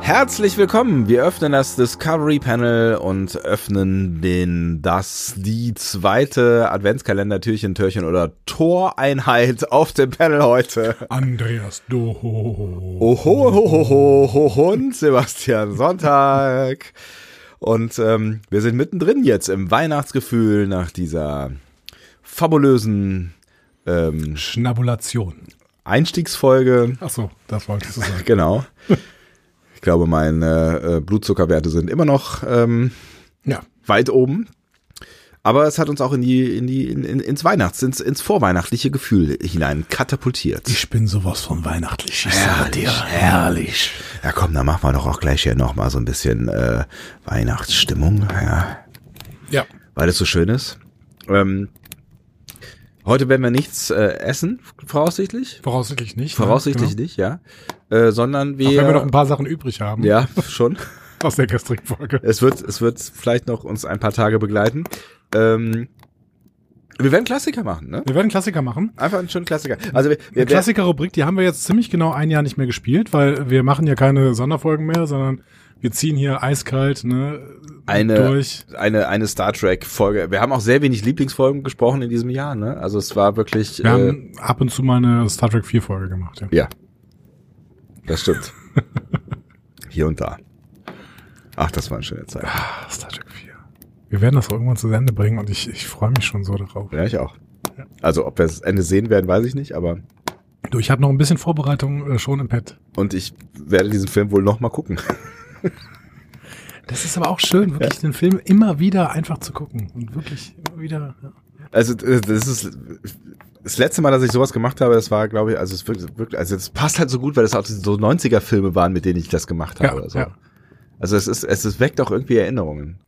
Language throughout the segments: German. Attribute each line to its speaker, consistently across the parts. Speaker 1: Herzlich willkommen. Wir öffnen das Discovery Panel und öffnen den das die zweite Adventskalender Türchen Türchen oder Toreinheit auf dem Panel heute.
Speaker 2: Andreas Doho.
Speaker 1: Oho ho ho ho ho und Sebastian Sonntag. Und ähm, wir sind mittendrin jetzt im Weihnachtsgefühl nach dieser fabulösen ähm,
Speaker 2: Schnabulation.
Speaker 1: Einstiegsfolge.
Speaker 2: Achso, das wolltest du sagen.
Speaker 1: Genau. Ich glaube, meine äh, Blutzuckerwerte sind immer noch ähm,
Speaker 2: Ja.
Speaker 1: weit oben. Aber es hat uns auch in die, in die, in, in, ins Weihnachts-, ins, ins vorweihnachtliche Gefühl hinein katapultiert.
Speaker 2: Ich bin sowas von weihnachtlich. Ich
Speaker 1: sag dir,
Speaker 2: herrlich.
Speaker 1: Ja, komm, dann machen wir doch auch gleich hier nochmal so ein bisschen äh, Weihnachtsstimmung, ja,
Speaker 2: Ja.
Speaker 1: weil es so schön ist. Ähm, heute werden wir nichts äh, essen, voraussichtlich.
Speaker 2: Voraussichtlich nicht. ne?
Speaker 1: Voraussichtlich nicht, ja. Äh, sondern
Speaker 2: Genau. Auch
Speaker 1: wir.
Speaker 2: wenn wir noch ein paar Sachen übrig haben
Speaker 1: ja, schon.
Speaker 2: aus der gestrigen Folge.
Speaker 1: Es wird, es wird vielleicht noch uns ein paar Tage begleiten. Ähm, wir werden Klassiker machen, ne?
Speaker 2: Wir werden Klassiker machen.
Speaker 1: Einfach einen schönen Klassiker. Also wir, wir,
Speaker 2: Die Klassiker-Rubrik, die haben wir jetzt ziemlich genau ein Jahr nicht mehr gespielt, weil wir machen ja keine Sonderfolgen mehr, sondern wir ziehen hier eiskalt ne,
Speaker 1: eine,
Speaker 2: durch.
Speaker 1: eine, eine Star Trek Folge. Wir haben auch sehr wenig Lieblingsfolgen gesprochen in diesem Jahr, ne? Also es war wirklich,
Speaker 2: Wir
Speaker 1: äh,
Speaker 2: haben ab und zu mal eine Star Trek 4-Folge gemacht. Ja.
Speaker 1: ja. Das stimmt. Hier und da. Ach, das war eine schöne Zeit.
Speaker 2: Ah, Star Trek 4. Wir werden das auch irgendwann zu Ende bringen und ich, ich freue mich schon so darauf.
Speaker 1: Ja, ich auch. Also ob wir das Ende sehen werden, weiß ich nicht, aber
Speaker 2: Du, ich habe noch ein bisschen Vorbereitung äh, schon im Pad.
Speaker 1: und ich werde diesen Film wohl noch mal gucken.
Speaker 2: Das ist aber auch schön, wirklich den Film immer wieder einfach zu gucken und wirklich immer wieder. Ja.
Speaker 1: Also äh, das ist das letzte Mal, dass ich sowas gemacht habe, das war, glaube ich, also es wirklich, wirklich, also es passt halt so gut, weil das auch so 90er Filme waren, mit denen ich das gemacht habe
Speaker 2: Ja,
Speaker 1: oder so.
Speaker 2: ja.
Speaker 1: Also es ist es ist, weckt auch irgendwie Erinnerungen.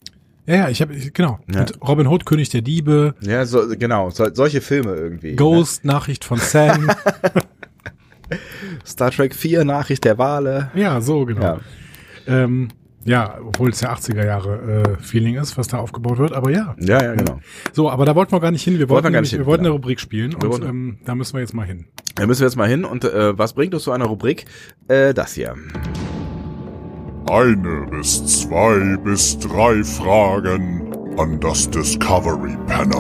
Speaker 2: Ja, ja, ich habe ich- genau.
Speaker 1: Ja.
Speaker 2: Mit Robin Hood, König der Diebe,
Speaker 1: Ja, so, genau, so, solche Filme irgendwie.
Speaker 2: Ghost, Nachricht von Sam.
Speaker 1: Ne? Star Trek 4 Nachricht der Wale.
Speaker 2: ja, so genau.
Speaker 1: Ja.
Speaker 2: Ja, ähm, ja obwohl es ja 80er Jahre äh, Feeling ist, was da aufgebaut wird, aber ja.
Speaker 1: Ja, ja, genau.
Speaker 2: So, aber da wollten wir gar nicht hin. Wir wollten,
Speaker 1: wir gar nicht
Speaker 2: nämlich-
Speaker 1: hin,
Speaker 2: wir wollten
Speaker 1: genau.
Speaker 2: eine Rubrik spielen
Speaker 1: Wir
Speaker 2: und
Speaker 1: wollten-
Speaker 2: ähm, da müssen wir jetzt mal hin.
Speaker 1: Da müssen wir jetzt mal hin und äh, was bringt uns zu einer Rubrik? Äh, das hier.
Speaker 3: Eine bis zwei bis drei Fragen an das Discovery Panel.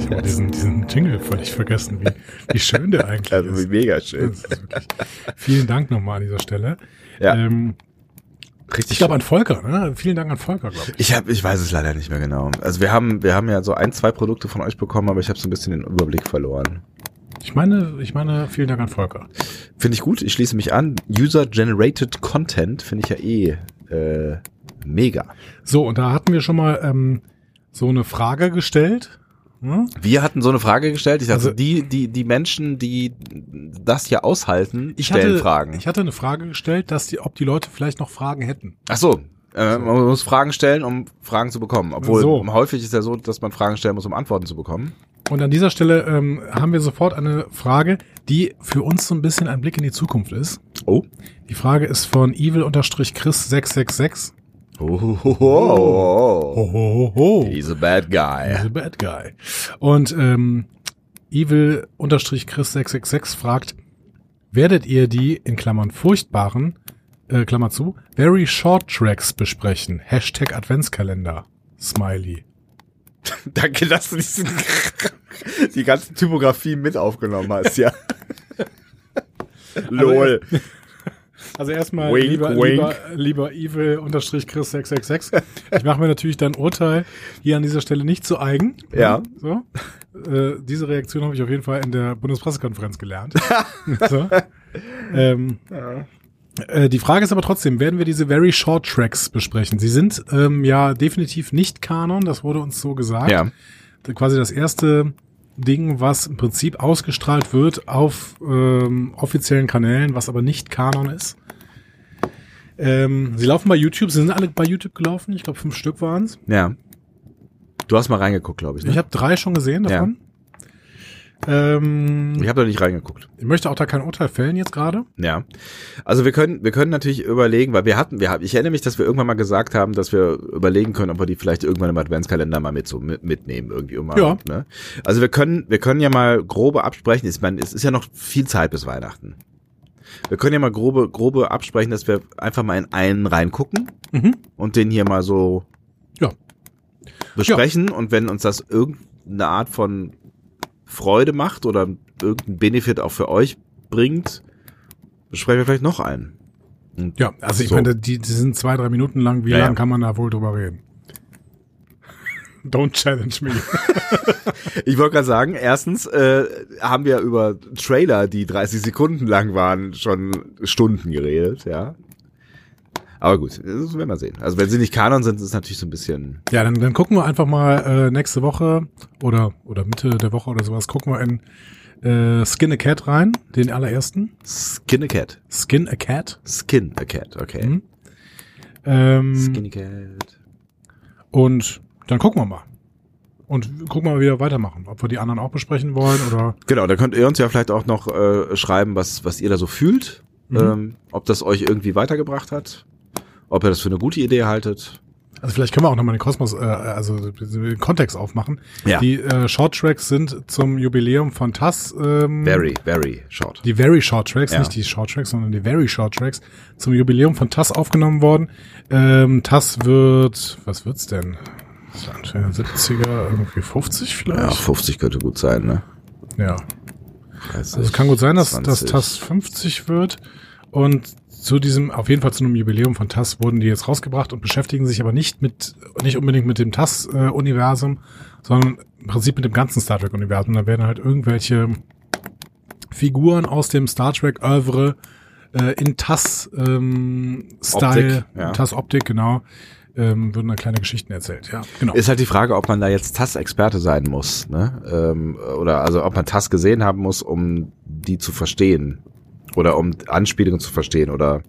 Speaker 2: Ich habe diesen, diesen Jingle völlig vergessen, wie, wie schön der eigentlich
Speaker 1: Also
Speaker 2: ist.
Speaker 1: mega schön.
Speaker 2: Das ist wirklich- Vielen Dank nochmal an dieser Stelle.
Speaker 1: Ja.
Speaker 2: Ähm,
Speaker 1: Richtig.
Speaker 2: ich glaube an Volker, ne? Vielen Dank an Volker, glaube ich.
Speaker 1: Ich habe, ich weiß es leider nicht mehr genau. Also wir haben, wir haben ja so ein, zwei Produkte von euch bekommen, aber ich habe so ein bisschen den Überblick verloren.
Speaker 2: Ich meine, ich meine, vielen Dank an Volker.
Speaker 1: Finde ich gut, ich schließe mich an. User-generated Content finde ich ja eh äh, mega.
Speaker 2: So, und da hatten wir schon mal ähm, so eine Frage gestellt. Ne?
Speaker 1: Wir hatten so eine Frage gestellt. Ich dachte,
Speaker 2: Also-
Speaker 1: die, die, die Menschen, die das hier aushalten, stellen
Speaker 2: hatte,
Speaker 1: Fragen.
Speaker 2: Ich hatte eine Frage gestellt, dass die, ob die Leute vielleicht noch Fragen hätten.
Speaker 1: Ach so. Äh, man muss Fragen stellen, um Fragen zu bekommen. Obwohl
Speaker 2: So.
Speaker 1: häufig ist ja so, dass man Fragen stellen muss, um Antworten zu bekommen.
Speaker 2: Und an dieser Stelle ähm, haben wir sofort eine Frage, die für uns so ein bisschen ein Blick in die Zukunft ist.
Speaker 1: Oh.
Speaker 2: Die Frage ist von evil-chris666.
Speaker 1: Oh, oh, oh, oh, oh.
Speaker 2: Ho, ho, ho, ho.
Speaker 1: He's a bad
Speaker 2: He's
Speaker 1: guy.
Speaker 2: a bad guy. Und ähm, Evil-Chris666 fragt, werdet ihr die, in Klammern furchtbaren, äh, Klammer zu, very short Tracks besprechen? Hashtag Adventskalender. Smiley.
Speaker 1: Danke, dass du diesen, die ganze Typografie mit aufgenommen hast, ja. Lol.
Speaker 2: Also erstmal
Speaker 1: Wink,
Speaker 2: lieber,
Speaker 1: wink.
Speaker 2: lieber, lieber Evil-Chris666. Ich mache mir natürlich dein Urteil hier an dieser Stelle nicht zu eigen.
Speaker 1: Ja.
Speaker 2: So. Äh, diese Reaktion habe ich auf jeden Fall in der Bundespressekonferenz gelernt. so. ähm, äh, die Frage ist aber trotzdem, werden wir diese Very Short Tracks besprechen? Sie sind ähm, ja definitiv nicht Kanon, das wurde uns so gesagt.
Speaker 1: Ja.
Speaker 2: Da- Quasi das erste Ding, was im Prinzip ausgestrahlt wird auf ähm, offiziellen Kanälen, was aber nicht Kanon ist. Ähm, sie laufen bei YouTube, sie sind alle bei YouTube gelaufen, ich glaube fünf Stück waren's.
Speaker 1: Ja. Du hast mal reingeguckt, glaube ich. Ne?
Speaker 2: Ich habe drei schon gesehen davon. Ähm,
Speaker 1: ich habe noch nicht reingeguckt.
Speaker 2: Ich möchte auch da kein Urteil fällen jetzt gerade.
Speaker 1: Ja. Also wir können, wir können natürlich überlegen, weil wir hatten, wir haben, ich erinnere mich, dass wir irgendwann mal gesagt haben, dass wir überlegen können, ob wir die vielleicht irgendwann im Adventskalender mal mit so mit, mitnehmen irgendwie. Um
Speaker 2: Ja.
Speaker 1: Ne? Also wir können, wir können ja mal grobe absprechen. Ich meine, es ist ja noch viel Zeit bis Weihnachten. Wir können ja mal grobe, grobe absprechen, dass wir einfach mal in einen reingucken
Speaker 2: Mhm.
Speaker 1: und den hier mal so
Speaker 2: Ja.
Speaker 1: besprechen. Und wenn uns das irgendeine Art von Freude macht oder irgendeinen Benefit auch für euch bringt, besprechen wir vielleicht noch einen. Und
Speaker 2: Ja, also ich
Speaker 1: So.
Speaker 2: meine, die, die sind zwei, drei Minuten lang. Wie
Speaker 1: Ja,
Speaker 2: lang
Speaker 1: ja.
Speaker 2: kann man da wohl drüber reden? Don't challenge me.
Speaker 1: Ich wollte gerade sagen, erstens äh, haben wir über Trailer, die 30 Sekunden lang waren, schon Stunden geredet, ja. Aber gut, das werden wir sehen. Also wenn sie nicht Kanon sind, ist es natürlich so ein bisschen.
Speaker 2: ja, dann, dann gucken wir einfach mal äh, nächste Woche oder, oder Mitte der Woche oder sowas, gucken wir in äh, Skin a Cat rein, den allerersten.
Speaker 1: Skin a Cat.
Speaker 2: Skin a Cat.
Speaker 1: Skin a Cat, okay.
Speaker 2: Mhm. Ähm,
Speaker 1: Skinny Cat.
Speaker 2: Und dann gucken wir mal. Und gucken wir mal, wie wir weitermachen. Ob wir die anderen auch besprechen wollen oder
Speaker 1: Genau, da könnt ihr uns ja vielleicht auch noch äh, schreiben, was, was ihr da so fühlt.
Speaker 2: Mhm.
Speaker 1: Ähm, ob das euch irgendwie weitergebracht hat. Ob ihr das für eine gute Idee haltet.
Speaker 2: Also vielleicht können wir auch nochmal den Kosmos, äh, also den Kontext aufmachen.
Speaker 1: Ja.
Speaker 2: Die äh, Short Tracks sind zum Jubiläum von TAS. Ähm,
Speaker 1: Very, very short.
Speaker 2: Die Very Short Tracks,
Speaker 1: Ja.
Speaker 2: nicht die Short Tracks, sondern die Very Short Tracks zum Jubiläum von TAS aufgenommen worden. Ähm, TAS wird, was wird's denn? 70er, irgendwie 50
Speaker 1: Ja,
Speaker 2: vielleicht?
Speaker 1: 50 könnte gut sein, ne?
Speaker 2: Ja.
Speaker 1: Also
Speaker 2: Also es kann gut sein, dass, dass TAS 50 wird. Und zu diesem, auf jeden Fall zu einem Jubiläum von TAS wurden die jetzt rausgebracht und beschäftigen sich aber nicht mit, nicht unbedingt mit dem TAS-Universum, sondern im Prinzip mit dem ganzen Star Trek-Universum. Da werden halt irgendwelche Figuren aus dem Star Trek-Oeuvre äh, in ähm, TAS-Style,
Speaker 1: Optik, ja.
Speaker 2: TAS-Optik, genau, ähm, würden da kleine Geschichten erzählt. Ja, genau.
Speaker 1: Ist halt die Frage, ob man da jetzt TAS-Experte sein muss, ne? Ähm, oder also ob man TAS gesehen haben muss, um die zu verstehen. Oder um Anspielungen zu verstehen. Oder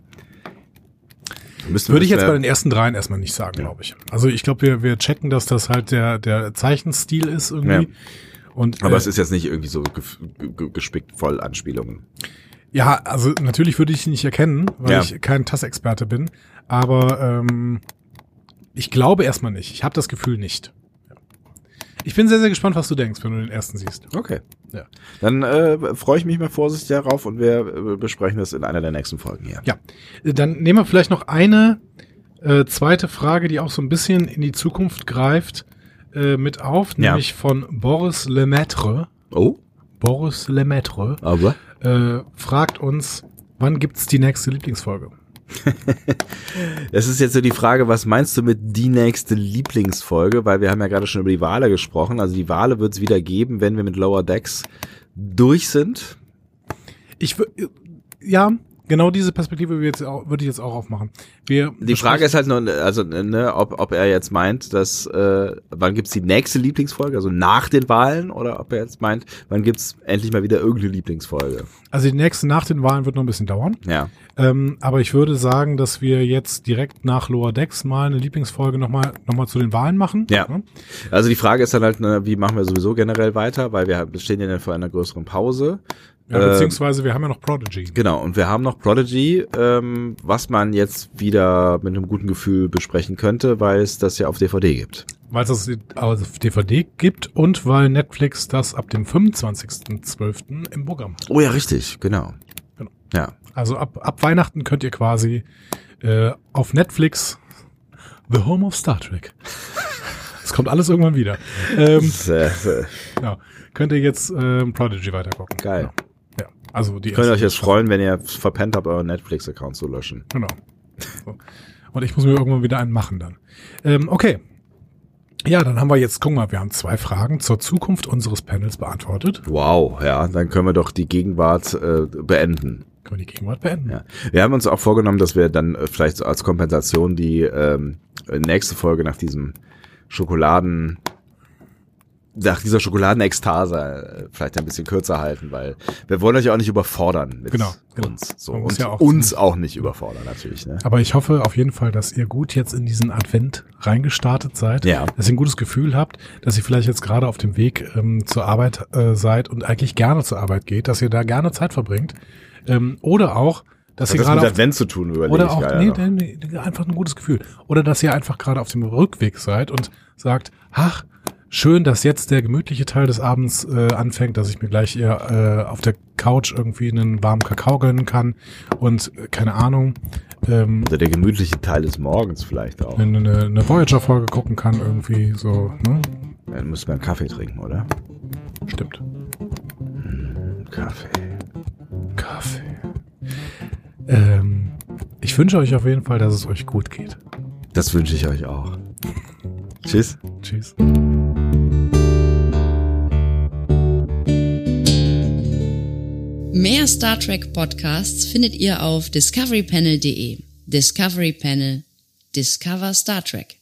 Speaker 1: müssen,
Speaker 2: Würde ich
Speaker 1: müssen
Speaker 2: jetzt
Speaker 1: wir-
Speaker 2: bei den ersten dreien erstmal nicht sagen, glaube ich. Also ich glaube, wir, wir checken, dass das halt der, der Zeichenstil ist irgendwie. Und,
Speaker 1: Aber
Speaker 2: äh,
Speaker 1: es ist jetzt nicht irgendwie so gef- ge- ge- gespickt voll Anspielungen.
Speaker 2: Ja, also natürlich würde ich ihn nicht erkennen, weil
Speaker 1: Ja.
Speaker 2: ich kein TAS-Experte bin. Aber ähm, ich glaube erstmal nicht. Ich habe das Gefühl nicht. Ich bin sehr, sehr gespannt, was du denkst, wenn du den ersten siehst.
Speaker 1: Okay.
Speaker 2: Ja.
Speaker 1: Dann äh, freue ich mich mal vorsichtig darauf und wir äh, besprechen das in einer der nächsten Folgen hier.
Speaker 2: Ja, Äh, dann nehmen wir vielleicht noch eine äh, zweite Frage, die auch so ein bisschen in die Zukunft greift, äh, mit auf,
Speaker 1: Ja.
Speaker 2: nämlich von Boris Lemaitre.
Speaker 1: Oh,
Speaker 2: Boris Lemaitre
Speaker 1: aber.
Speaker 2: äh, fragt uns, wann gibt's die nächste Lieblingsfolge?
Speaker 1: Das ist jetzt so die Frage, was meinst du mit die nächste Lieblingsfolge? Weil wir haben ja gerade schon über die Wale gesprochen. Also die Wale wird es wieder geben, wenn wir mit Lower Decks durch sind.
Speaker 2: Ich wür- ja, genau diese Perspektive würde ich jetzt auch, würde ich jetzt auch aufmachen. Wir
Speaker 1: Die Frage ist halt nur, also ne, ob, ob er jetzt meint, dass äh, wann gibt's die nächste Lieblingsfolge, also nach den Wahlen, oder ob er jetzt meint, wann gibt's endlich mal wieder irgendeine Lieblingsfolge.
Speaker 2: also die nächste nach den Wahlen wird noch ein bisschen dauern.
Speaker 1: Ja.
Speaker 2: Ähm, aber ich würde sagen, dass wir jetzt direkt nach Lower Decks mal eine Lieblingsfolge nochmal noch mal zu den Wahlen machen.
Speaker 1: Ja. Also die Frage ist dann halt, ne, wie machen wir sowieso generell weiter, weil wir stehen ja dann vor einer größeren Pause.
Speaker 2: Ja,
Speaker 1: Ähm,
Speaker 2: beziehungsweise wir haben ja noch Prodigy.
Speaker 1: Genau, und wir haben noch Prodigy, ähm, was man jetzt wieder mit einem guten Gefühl besprechen könnte, weil es das ja auf DVD gibt.
Speaker 2: Weil es das auf DVD gibt und weil Netflix das ab dem 25.12. im Programm hat.
Speaker 1: Oh ja, richtig, genau.
Speaker 2: Genau.
Speaker 1: Ja.
Speaker 2: Also ab, ab Weihnachten könnt ihr quasi äh, auf Netflix The Home of Star Trek. Es kommt alles irgendwann wieder. Ähm,
Speaker 1: Sehr, sehr
Speaker 2: ja, könnt ihr jetzt ähm, Prodigy weitergucken.
Speaker 1: geil.
Speaker 2: Ja, also die
Speaker 1: Könnt ihr euch
Speaker 2: erste-
Speaker 1: jetzt freuen, wenn ihr verpennt habt, euren Netflix-Account zu löschen.
Speaker 2: Genau. So. Und ich muss mir irgendwann wieder einen machen dann. Ähm, okay. Ja, dann haben wir jetzt, guck mal, wir haben zwei Fragen zur Zukunft unseres Panels beantwortet.
Speaker 1: Wow, ja, dann können wir doch die Gegenwart äh, beenden.
Speaker 2: Können wir die Gegenwart beenden?
Speaker 1: Ja. Wir haben uns auch vorgenommen, dass wir dann äh, vielleicht so als Kompensation die ähm, nächste Folge nach diesem Schokoladen nach dieser Schokoladenekstase äh, vielleicht ein bisschen kürzer halten, weil wir wollen euch auch nicht überfordern mit
Speaker 2: Genau, genau.
Speaker 1: uns. So.
Speaker 2: Man muss
Speaker 1: Und
Speaker 2: ja auch-
Speaker 1: uns auch nicht überfordern natürlich. Ne?
Speaker 2: Aber ich hoffe auf jeden Fall, dass ihr gut jetzt in diesen Advent reingestartet seid,
Speaker 1: Ja.
Speaker 2: dass ihr ein gutes Gefühl habt, dass ihr vielleicht jetzt gerade auf dem Weg ähm, zur Arbeit äh, seid und eigentlich gerne zur Arbeit geht, dass ihr da gerne Zeit verbringt. Ähm, oder auch, dass
Speaker 1: Hat das
Speaker 2: ihr
Speaker 1: mit
Speaker 2: gerade auf,
Speaker 1: Advent zu tun, überlege
Speaker 2: oder
Speaker 1: ich
Speaker 2: auch,
Speaker 1: gerade
Speaker 2: nee,
Speaker 1: noch.
Speaker 2: nee, nee, einfach ein gutes Gefühl. Oder dass ihr einfach gerade auf dem Rückweg seid und sagt, ach, schön, dass jetzt der gemütliche Teil des Abends äh, anfängt, dass ich mir gleich eher, äh, auf der Couch irgendwie einen warmen Kakao gönnen kann und äh, keine Ahnung, ähm,
Speaker 1: Oder Also der gemütliche Teil des Morgens vielleicht auch.
Speaker 2: eine, eine, eine Voyager-Folge gucken kann irgendwie, so, ne?
Speaker 1: Dann müssen wir einen Kaffee trinken, oder?
Speaker 2: Stimmt.
Speaker 1: Kaffee.
Speaker 2: Kaffee. Ähm, ich wünsche euch auf jeden Fall, dass es euch gut geht.
Speaker 1: Das wünsche ich euch auch. Tschüss.
Speaker 2: Tschüss.
Speaker 4: Mehr Star Trek Podcasts findet ihr auf discoverypanel.de. Discovery Panel. Discover Star Trek.